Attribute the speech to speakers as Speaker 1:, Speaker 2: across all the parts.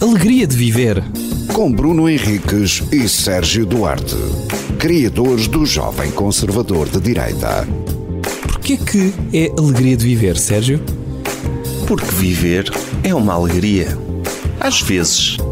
Speaker 1: alegria de viver.
Speaker 2: Com Bruno Henriques e Sérgio Duarte, criadores do Jovem Conservador de Direita.
Speaker 1: Porquê que é alegria de viver, Sérgio?
Speaker 3: Porque viver é uma alegria. Às vezes.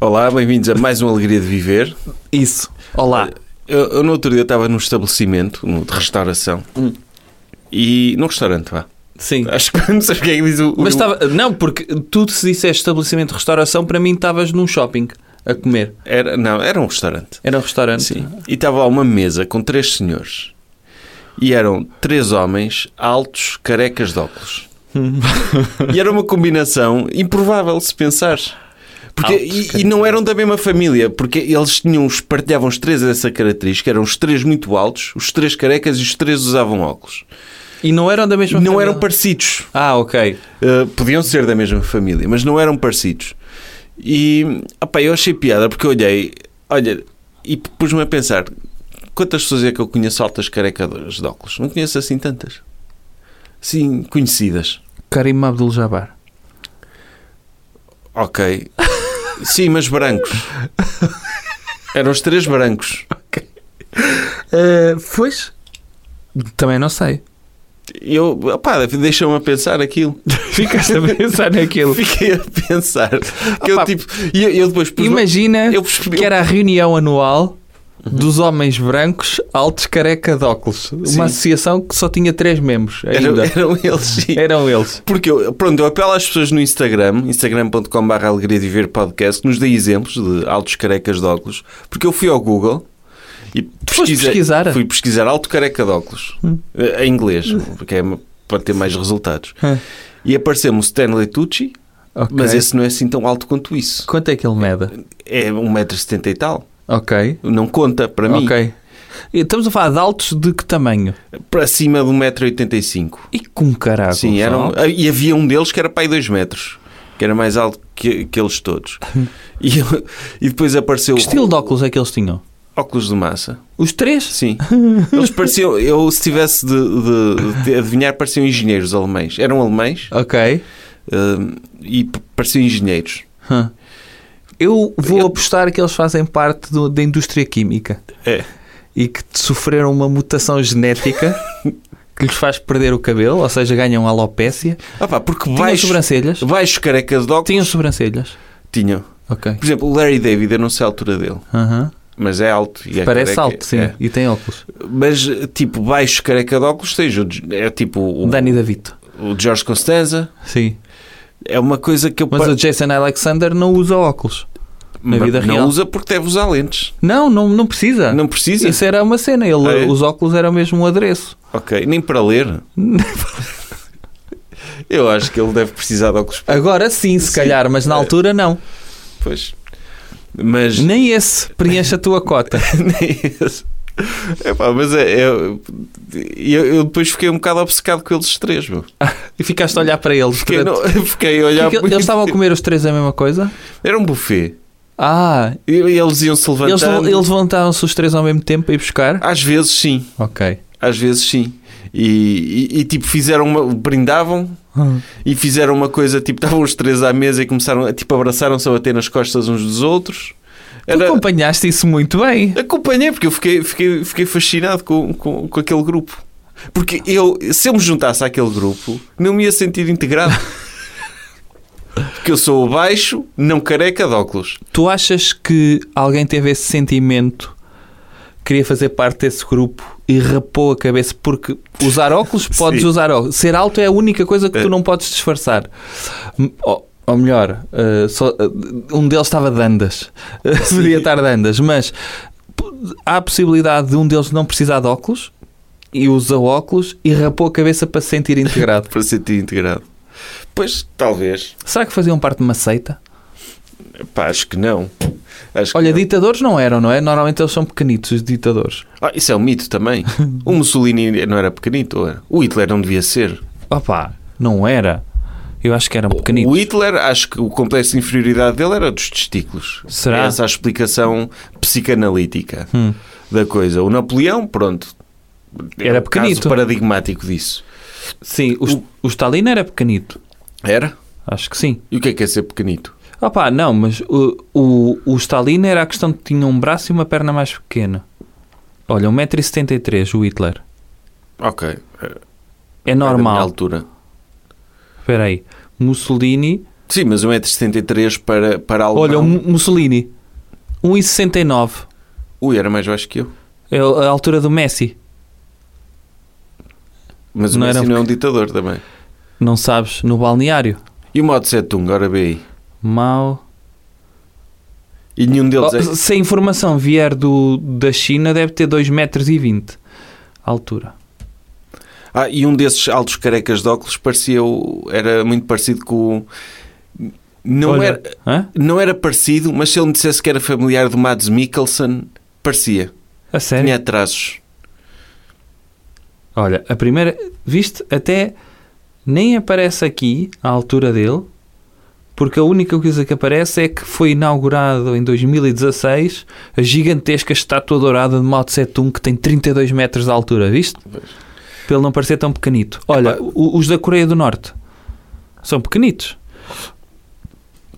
Speaker 3: Olá, bem-vindos a mais uma Alegria de Viver.
Speaker 1: Isso. Olá.
Speaker 3: Eu, eu no outro dia estava num estabelecimento num de restauração
Speaker 4: Hum.
Speaker 3: e. num restaurante, vá.
Speaker 1: Sim.
Speaker 3: Acho que não sabes o que é que diz o. o-
Speaker 4: Mas estava. Não, porque tu se disseste estabelecimento de restauração, para mim estavas num shopping a comer.
Speaker 3: Era, não, era um restaurante.
Speaker 4: Era um restaurante.
Speaker 3: Sim. E estava lá uma mesa com três senhores e eram três homens altos, carecas de óculos. e era uma combinação improvável, se pensares. Porque, e, e não eram da mesma família, porque eles tinham, os- partilhavam os três essa característica, eram os três muito altos, os três carecas e os três usavam óculos.
Speaker 4: E não eram da mesma
Speaker 3: Não um
Speaker 4: família?
Speaker 3: eram parecidos,
Speaker 4: Ah, ok.
Speaker 3: Uh, podiam ser da mesma família, mas não eram parecidos. E opa, eu achei piada porque eu olhei, olha, e pus-me a pensar: quantas pessoas é que eu conheço altas carecadoras de óculos? Não conheço assim tantas. Sim, conhecidas.
Speaker 4: Karim Abdul-Jabbar.
Speaker 3: Ok. Sim, mas brancos. Eram os três brancos.
Speaker 4: pois? Também não sei.
Speaker 3: E Eu, opá, deixa-me a pensar aquilo.
Speaker 4: Ficaste a pensar naquilo.
Speaker 3: Fiquei a pensar. Que eu,
Speaker 4: Opa.
Speaker 3: tipo, e eu, eu depois pus
Speaker 4: Imagina
Speaker 3: eu percebi-
Speaker 4: que era a reunião anual dos homens brancos altos careca de óculos.
Speaker 3: Sim.
Speaker 4: Uma associação que só tinha três membros
Speaker 3: eram,
Speaker 4: ainda.
Speaker 3: eram eles. sim.
Speaker 4: Eram eles.
Speaker 3: Porque eu, pronto, eu apelo às pessoas no Instagram, instagram.com.br alegria de ver podcast, que nos dê exemplos de altos carecas de óculos, porque eu fui ao Google e
Speaker 4: foste
Speaker 3: pesquisei-
Speaker 4: pesquisar?
Speaker 3: fui pesquisar alto careca de óculos, eh, em inglês, porque é para ter mais resultados.
Speaker 4: Hum.
Speaker 3: E apareceu-me o Stanley Tucci,
Speaker 4: Ok.
Speaker 3: mas esse não é assim tão alto quanto isso.
Speaker 4: Quanto é que ele mede?
Speaker 3: É 1,70m e tal.
Speaker 4: Ok.
Speaker 3: Não conta para mim.
Speaker 4: Ok. E Estamos a falar de altos de que tamanho?
Speaker 3: Para cima de 1,85m.
Speaker 4: E com caralho.
Speaker 3: Sim, eram, e havia um deles que era para aí 2 metros, que era mais alto que, que eles todos. e, eu- e depois apareceu
Speaker 4: Que estilo de óculos é que eles tinham?
Speaker 3: óculos de massa.
Speaker 4: Os três?
Speaker 3: Sim, eles pareciam. Eu, se tivesse de, de- de adivinhar, pareciam engenheiros alemães. Eram alemães
Speaker 4: Ok.
Speaker 3: hum, e p- pareciam engenheiros.
Speaker 4: Hã. Eu vou apostar que eles fazem parte do- da indústria química.
Speaker 3: É.
Speaker 4: E que sofreram uma mutação genética que lhes faz perder o cabelo, ou seja, ganham alopécia.
Speaker 3: Ah, pá, porque
Speaker 4: Tinham
Speaker 3: baixo,
Speaker 4: sobrancelhas?
Speaker 3: baixo careca de óculos
Speaker 4: Tinham sobrancelhas.
Speaker 3: tinham.
Speaker 4: Ok.
Speaker 3: Por exemplo, o Larry David, eu não sei a altura dele,
Speaker 4: Aham.
Speaker 3: mas é alto. E é
Speaker 4: Parece
Speaker 3: careca.
Speaker 4: alto, sim.
Speaker 3: É.
Speaker 4: E tem óculos.
Speaker 3: Mas, tipo, baixo careca de óculos, tens o, é tipo o,
Speaker 4: Dani Davito.
Speaker 3: o George Costanza.
Speaker 4: Sim.
Speaker 3: É uma coisa que eu
Speaker 4: Mas
Speaker 3: pa-
Speaker 4: o Jason Alexander não usa óculos. na
Speaker 3: Mas
Speaker 4: vida
Speaker 3: não
Speaker 4: real.
Speaker 3: usa porque deve usar lentes.
Speaker 4: Não, não, não precisa.
Speaker 3: Não precisa?
Speaker 4: Isso era uma cena. Ele,
Speaker 3: É.
Speaker 4: Os óculos eram mesmo um adereço.
Speaker 3: Ok, nem para ler. eu acho que ele deve precisar de óculos
Speaker 4: Agora sim, se calhar, mas na
Speaker 3: É.
Speaker 4: altura não.
Speaker 3: depois. Mas
Speaker 4: Nem esse preenche a tua cota.
Speaker 3: nem esse. Epá, mas é, é- eu, eu depois fiquei um bocado obcecado com eles três, meu.
Speaker 4: E ficaste a olhar para eles.
Speaker 3: Fiquei,
Speaker 4: durante-
Speaker 3: não- fiquei a olhar
Speaker 4: Porque
Speaker 3: para
Speaker 4: eles estavam a comer os três a mesma coisa?
Speaker 3: Era um buffet.
Speaker 4: Ah,
Speaker 3: E eles iam se
Speaker 4: eles,
Speaker 3: levantando.
Speaker 4: eles levantaram-se os três ao mesmo tempo a ir buscar?
Speaker 3: Às vezes sim,
Speaker 4: Ok.
Speaker 3: às vezes sim. E, e- e, tipo fizeram uma, brindavam E fizeram uma coisa, tipo, estavam os três à mesa e começaram, a- tipo, abraçaram-se a bater nas costas uns dos outros.
Speaker 4: Tu
Speaker 3: Era...
Speaker 4: acompanhaste isso muito bem.
Speaker 3: Acompanhei, porque eu fiquei, fiquei, fiquei fascinado com, com, com aquele grupo. Porque eu, se eu me juntasse àquele grupo, não me ia sentir integrado. porque eu sou o baixo, não careca de óculos.
Speaker 4: Tu achas que alguém teve esse sentimento, queria fazer parte desse grupo e rapou a cabeça? Porque usar óculos, podes
Speaker 3: Sim.
Speaker 4: usar óculos. Ser alto é a única coisa que
Speaker 3: É.
Speaker 4: tu não podes disfarçar. M- Ou, ou melhor, eh, só, eh, um deles estava de andas. Podia estar de andas, mas p- há a possibilidade de um deles não precisar de óculos e usa óculos e rapou a cabeça para se sentir integrado.
Speaker 3: Para sentir integrado. Pois, talvez.
Speaker 4: Será que faziam parte de uma seita?
Speaker 3: Pá, acho que não. Acho que
Speaker 4: Olha,
Speaker 3: não.
Speaker 4: ditadores não eram, não é? Normalmente eles são pequenitos, os ditadores.
Speaker 3: Ah, isso é um mito também. o Mussolini não era pequenito, ou era? O Hitler não devia ser.
Speaker 4: Opa, não era. Eu acho que eram pequenitos.
Speaker 3: O Hitler, acho que o complexo de inferioridade dele era dos testículos.
Speaker 4: Será? Hum.
Speaker 3: É Essa a explicação psicanalítica da coisa. O Napoleão, pronto.
Speaker 4: Era
Speaker 3: um
Speaker 4: pequenito.
Speaker 3: caso paradigmático disso.
Speaker 4: Sim, o, o... Stalin era pequenito.
Speaker 3: Era?
Speaker 4: Acho que sim.
Speaker 3: E o que é que é ser pequenito?
Speaker 4: Ah pá, não, mas o, o, o Stalin era a questão que tinha um braço e uma perna mais pequena. Olha, 1,73m o Hitler.
Speaker 3: Ok. É
Speaker 4: É
Speaker 3: Da minha
Speaker 4: normal.
Speaker 3: altura.
Speaker 4: Espera aí. Mussolini.
Speaker 3: Sim, mas 1,73m para, para algo.
Speaker 4: Olha, um- o Mu- Mussolini. 1,69m.
Speaker 3: Ui, era mais baixo que eu.
Speaker 4: É a altura do Messi.
Speaker 3: Mas o
Speaker 4: Não
Speaker 3: Messi
Speaker 4: era
Speaker 3: não é um ditador também.
Speaker 4: Não sabes? No balneário.
Speaker 3: E o Mao Tse Tung, ora bem aí.
Speaker 4: Mau.
Speaker 3: E nenhum deles
Speaker 4: Oh,
Speaker 3: é...
Speaker 4: se a informação vier do, da China, deve ter 2,20 metros altura.
Speaker 3: Ah, e um desses altos carecas de óculos parecia o... Era muito parecido com o... Não
Speaker 4: Olha,
Speaker 3: era...
Speaker 4: hã?
Speaker 3: Não era parecido, mas se ele me dissesse que era familiar do Mads Mikkelsen, parecia.
Speaker 4: A sério?
Speaker 3: Tinha traços.
Speaker 4: Olha, a primeira... Viste? Até nem aparece aqui a altura dele, porque a única coisa que aparece é que foi inaugurado em 2016 a gigantesca estátua dourada de Mao Tse-Tung que tem 32 metros de altura, viste? Para ele não parecer tão pequenito. Olha,
Speaker 3: Epá.
Speaker 4: o- os da Coreia do Norte são pequenitos.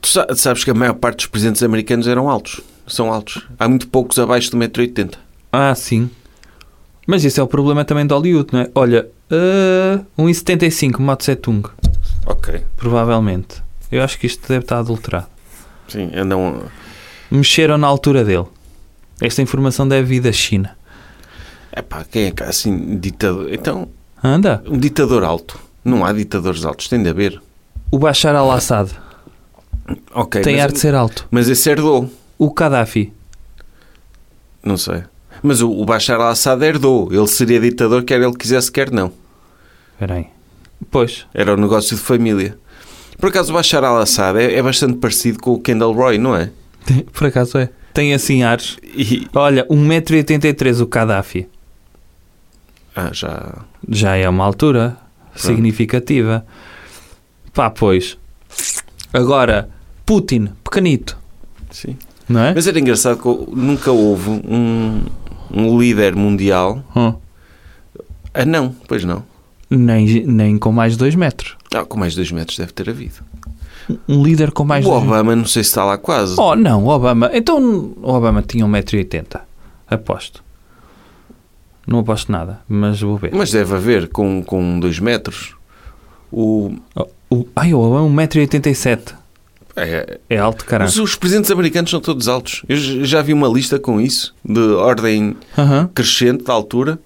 Speaker 3: Tu sa- sabes que a maior parte dos presidentes americanos eram altos. São altos. Há muito poucos abaixo do 1,80m.
Speaker 4: Ah, sim. Mas isso é o problema também de Hollywood, não é? Olha, ah, 1,75 Mao Tse-Tung,
Speaker 3: Ok.
Speaker 4: provavelmente. Eu acho que isto deve estar adulterado.
Speaker 3: Sim, andam...
Speaker 4: Mexeram na altura dele. Esta informação deve vir da China.
Speaker 3: Epá, quem é que há assim ditador? Então,
Speaker 4: Anda,
Speaker 3: um ditador alto. Não há ditadores altos, tem de haver.
Speaker 4: o Bashar al-Assad
Speaker 3: Ok,
Speaker 4: tem
Speaker 3: É, mas,
Speaker 4: ar de ser alto.
Speaker 3: mas esse herdou,
Speaker 4: O Gaddafi,
Speaker 3: não sei. Mas o, o Bashar al-Assad herdou. Ele seria ditador quer ele quisesse, quer não.
Speaker 4: espera aí. Pois,
Speaker 3: Era um negócio de família. Por acaso o Bashar al-Assad é, é bastante parecido com o Kendall Roy, não é?
Speaker 4: tem- por acaso é. Tem assim ares.
Speaker 3: E...
Speaker 4: Olha, 1,83m o Gaddafi.
Speaker 3: Ah, já...
Speaker 4: já é uma altura significativa. Pá, pois. Agora, Putin, pequenito,
Speaker 3: Sim.
Speaker 4: não é?
Speaker 3: Mas era engraçado que eu- nunca houve um, um líder mundial...
Speaker 4: Hum.
Speaker 3: Ah, não. Pois não.
Speaker 4: Nem, nem com mais de 2 metros.
Speaker 3: Ah, com mais de dois metros deve ter havido.
Speaker 4: Um líder com mais de
Speaker 3: o
Speaker 4: 2 metros.
Speaker 3: Obama não sei se está lá quase.
Speaker 4: Oh, não, Obama. Então, o Obama tinha 1,80m. Aposto. Não aposto nada, mas vou ver.
Speaker 3: Mas deve haver com, com dois metros. O,
Speaker 4: Oh, o, ai, o Obama 1,87m.
Speaker 3: é,
Speaker 4: É alto, caralho.
Speaker 3: os, os presidentes americanos são todos altos. Eu j- já vi uma lista com isso, de ordem
Speaker 4: Aham.
Speaker 3: crescente de altura.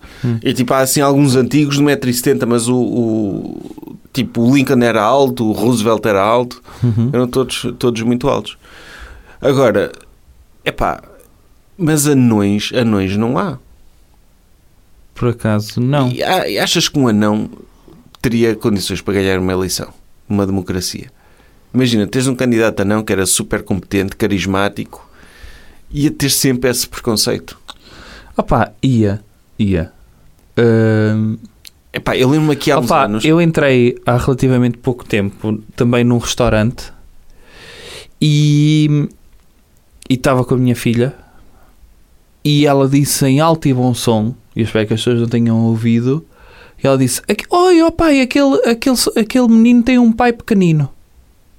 Speaker 3: E tipo, há assim alguns antigos de 1,70m, mas o, o- tipo o Lincoln era alto, o Roosevelt era alto,
Speaker 4: Uhum.
Speaker 3: eram todos, todos muito altos. Agora, epá, mas anões, anões não há.
Speaker 4: Por acaso, não.
Speaker 3: E a- e achas que um anão teria condições para ganhar uma eleição, uma democracia? Imagina, tens um candidato anão que era super competente, carismático, ia ter sempre esse preconceito.
Speaker 4: Opá, ia. Ia. Hum, Ahm,
Speaker 3: Epá, eu lembro-me aqui há uns
Speaker 4: Opa,
Speaker 3: anos.
Speaker 4: eu entrei há relativamente pouco tempo também num restaurante e e estava com a minha filha e ela disse em alto e bom som, e eu espero que as pessoas não tenham ouvido, e ela disse, "Aque- oi, ó pai, aquele, aquele, aquele menino tem um pai pequenino.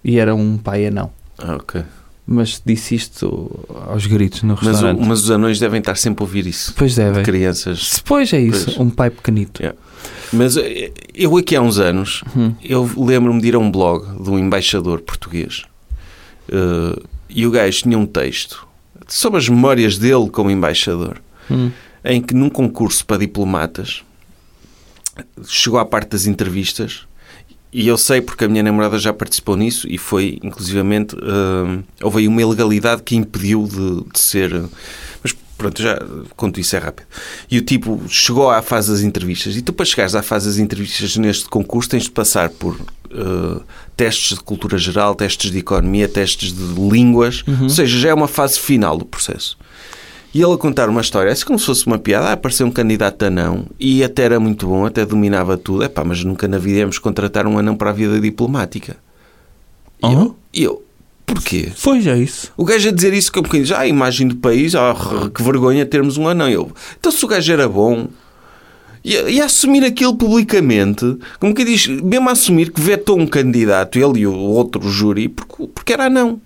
Speaker 4: E era um pai anão.
Speaker 3: Ah, ok.
Speaker 4: Mas disse isto aos gritos no
Speaker 3: mas, o-
Speaker 4: restaurante.
Speaker 3: mas os anões devem estar sempre a ouvir isso.
Speaker 4: Pois devem.
Speaker 3: Crianças.
Speaker 4: Pois é isso,
Speaker 3: Pois.
Speaker 4: um pai pequenito.
Speaker 3: Mas eh, eu aqui há uns anos, eu lembro-me de ir a um blog de um embaixador português eh, e o gajo tinha um texto sobre as memórias dele como embaixador,
Speaker 4: Hum.
Speaker 3: em que num concurso para diplomatas chegou à parte das entrevistas e eu sei porque a minha namorada já participou nisso e foi, inclusivamente, eh, houve aí uma ilegalidade que impediu de, de ser... Mas pronto, já conto isso é rápido. E o tipo chegou à fase das entrevistas. E tu, para chegares à fase das entrevistas neste concurso, tens de passar por eh, testes de cultura geral, testes de economia, testes de línguas. Ou seja, já é uma fase final do processo. E ele a contar uma história, é como se fosse uma piada. Ah, apareceu um candidato anão e até era muito bom, até dominava tudo. Epá, mas nunca na vida íamos contratar um anão para a vida diplomática. E
Speaker 4: Ah?
Speaker 3: eu, e eu, porquê?
Speaker 4: Pois é isso.
Speaker 3: O gajo a dizer isso que é um bocadinho, ah, a imagem do país, ah, que vergonha termos um anão. Eu, então se o gajo era bom E, e a assumir aquilo publicamente, como que diz, mesmo a assumir que vetou um candidato, ele e o outro júri, porque, porque era não.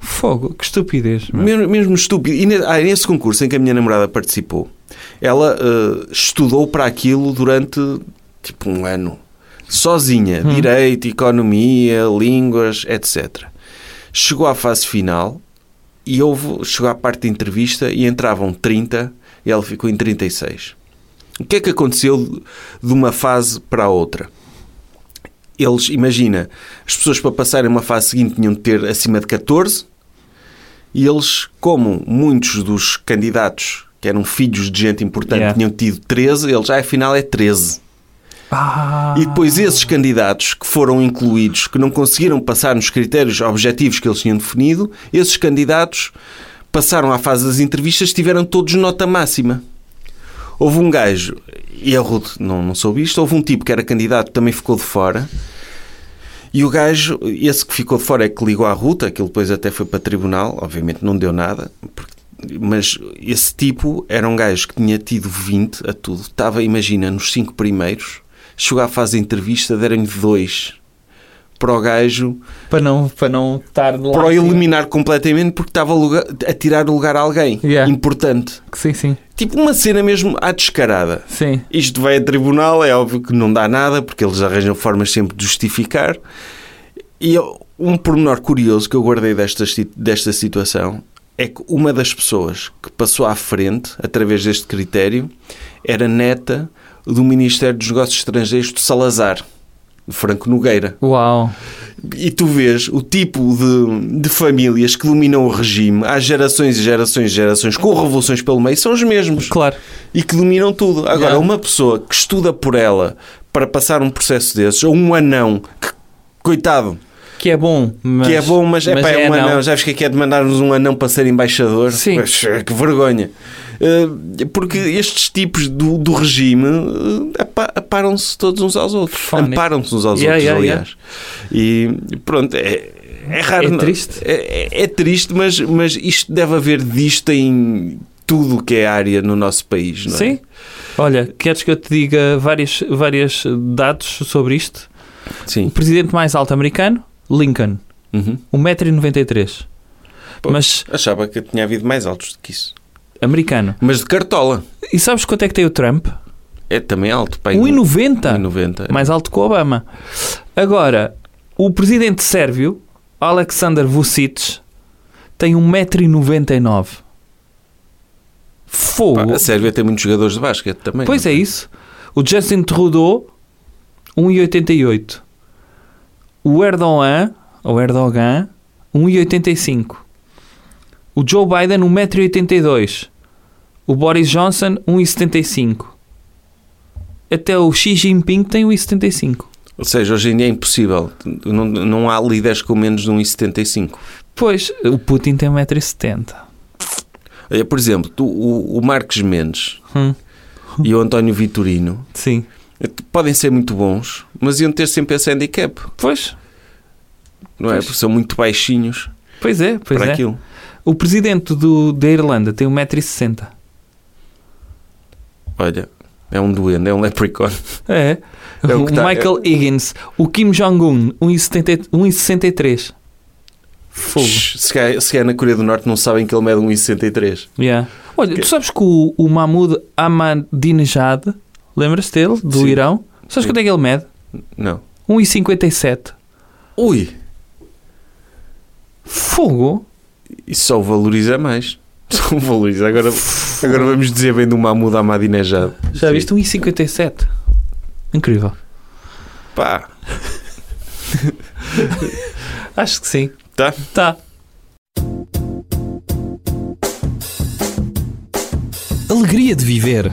Speaker 4: Fogo, que estupidez. meu.
Speaker 3: Mesmo, mesmo estúpido. E ne- ah, nesse concurso em que a minha namorada participou, ela eh, estudou para aquilo durante tipo um ano. Sozinha. Direito, economia, línguas, etc. Chegou à fase final e houve, chegou à parte de entrevista e entravam 30 e ela ficou em 36. O que é que aconteceu de uma fase para a outra? Eles, imagina, as pessoas para passarem uma fase seguinte tinham de ter acima de 14 e eles, como muitos dos candidatos que eram filhos de gente importante
Speaker 4: Yeah.
Speaker 3: tinham tido 13, eles, ah, afinal é 13.
Speaker 4: Ah,
Speaker 3: E depois esses candidatos que foram incluídos, que não conseguiram passar nos critérios objetivos que eles tinham definido, esses candidatos passaram à fase das entrevistas, tiveram todos nota máxima. Houve um gajo, e a Ruth não, não soube isto, houve um tipo que era candidato que também ficou de fora. E o gajo, esse que ficou de fora é que ligou à Ruta, aquilo depois até foi para tribunal, obviamente não deu nada, porque- mas esse tipo era um gajo que tinha tido 20 a tudo. Estava, imagina, nos cinco primeiros, chegou à fase de entrevista, deram-lhe dois para o gajo,
Speaker 4: para não, para não estar lá.
Speaker 3: para o
Speaker 4: em cima.
Speaker 3: eliminar completamente, porque estava a, lugar- a tirar o lugar a alguém
Speaker 4: Yeah.
Speaker 3: importante.
Speaker 4: Sim, sim,
Speaker 3: Tipo uma cena mesmo à descarada.
Speaker 4: sim.
Speaker 3: Isto vai a tribunal, é óbvio que não dá nada, porque eles arranjam formas sempre de justificar. E eu- um pormenor curioso que eu guardei desta, si- desta situação é que uma das pessoas que passou à frente, através deste critério, era neta do Ministério dos Negócios Estrangeiros de Salazar, de Franco Nogueira.
Speaker 4: Uau.
Speaker 3: E tu vês o tipo de, de famílias que dominam o regime há gerações e gerações e gerações, com revoluções pelo meio, são os mesmos
Speaker 4: Claro.
Speaker 3: e que dominam tudo. Agora,
Speaker 4: Yeah.
Speaker 3: uma pessoa que estuda por ela para passar um processo desses, ou um anão, que, coitado,
Speaker 4: Que é bom, mas...
Speaker 3: que é bom, mas, epá, é, um
Speaker 4: não.
Speaker 3: anão, já fiquei aqui a demandar-nos um anão para ser embaixador.
Speaker 4: Sim.
Speaker 3: Pois, que vergonha. Eh, Porque estes tipos do, do regime eh, apa- aparam-se todos uns aos outros.
Speaker 4: Fone.
Speaker 3: Amparam-se uns aos
Speaker 4: Yeah,
Speaker 3: outros,
Speaker 4: yeah,
Speaker 3: aliás. E pronto, é, é raro.
Speaker 4: É
Speaker 3: não-
Speaker 4: triste.
Speaker 3: É, é- é triste, mas, mas isto deve haver disto em tudo que é área no nosso país, não é?
Speaker 4: Sim. Olha, queres que eu te diga vários, vários dados sobre isto?
Speaker 3: Sim.
Speaker 4: O presidente mais alto americano, Lincoln,
Speaker 3: Uhum.
Speaker 4: 1,93m.
Speaker 3: Pois.
Speaker 4: Mas
Speaker 3: Achava que tinha havido mais altos do que isso.
Speaker 4: americano.
Speaker 3: Mas de cartola.
Speaker 4: E sabes quanto é que tem o Trump?
Speaker 3: É também alto. um Pai, no-
Speaker 4: 1,90m.
Speaker 3: 1,90.
Speaker 4: Mais alto que o Obama. Agora, o presidente sérvio, Aleksandar Vucic, tem 1,99m.
Speaker 3: Pá,
Speaker 4: Fogo.
Speaker 3: a Sérvia tem muitos jogadores de basquete também.
Speaker 4: Pois
Speaker 3: não
Speaker 4: é
Speaker 3: tem?
Speaker 4: isso. O Justin Trudeau, 1,88. O Erdogan, ou Erdogan, 1,85. O Joe Biden, 1,82. O Boris Johnson, 1,75. Até o Xi Jinping tem 1,75.
Speaker 3: Ou seja, hoje em dia é impossível. Não, não há líderes com menos de 1,75.
Speaker 4: Pois, o Putin tem 1,70m.
Speaker 3: Olha, Eh, Por exemplo, tu- o, o Marcos Mendes
Speaker 4: Hum.
Speaker 3: e o António Vitorino eh,
Speaker 4: Sim.
Speaker 3: podem ser muito bons, mas iam ter sempre esse handicap,
Speaker 4: Pois,
Speaker 3: não é?
Speaker 4: Pois.
Speaker 3: Porque são muito baixinhos
Speaker 4: pois é, pois
Speaker 3: para
Speaker 4: é.
Speaker 3: aquilo.
Speaker 4: O presidente do, da Irlanda tem 1,60m.
Speaker 3: Olha, é um duende, é um leprechaun.
Speaker 4: É.
Speaker 3: É o
Speaker 4: o
Speaker 3: que tá-
Speaker 4: Michael Higgins. O Kim Jong-un, 1,70 1,63. Fogo.
Speaker 3: Se calhar, se calhar na Coreia do Norte não sabem que ele mede 1,63.
Speaker 4: Yeah. Olha,
Speaker 3: Que-
Speaker 4: tu sabes que o, o Mahmoud Ahmadinejad, lembras-te dele, do
Speaker 3: Sim.
Speaker 4: Irão? Sabes
Speaker 3: Sim.
Speaker 4: quanto é que ele mede?
Speaker 3: Não.
Speaker 4: 1,57.
Speaker 3: Ui!
Speaker 4: Fogo.
Speaker 3: Isso só o valoriza mais. Só o valoriza. Agora, agora vamos dizer bem do Mahmoud Ahmadinejad.
Speaker 4: Já
Speaker 3: Sim.
Speaker 4: viste? 1,57. Incrível.
Speaker 3: Pá!
Speaker 4: Acho que sim.
Speaker 3: Tá.
Speaker 4: Tá.
Speaker 1: Alegria de viver.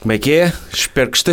Speaker 3: Como é que é? Espero que esteja.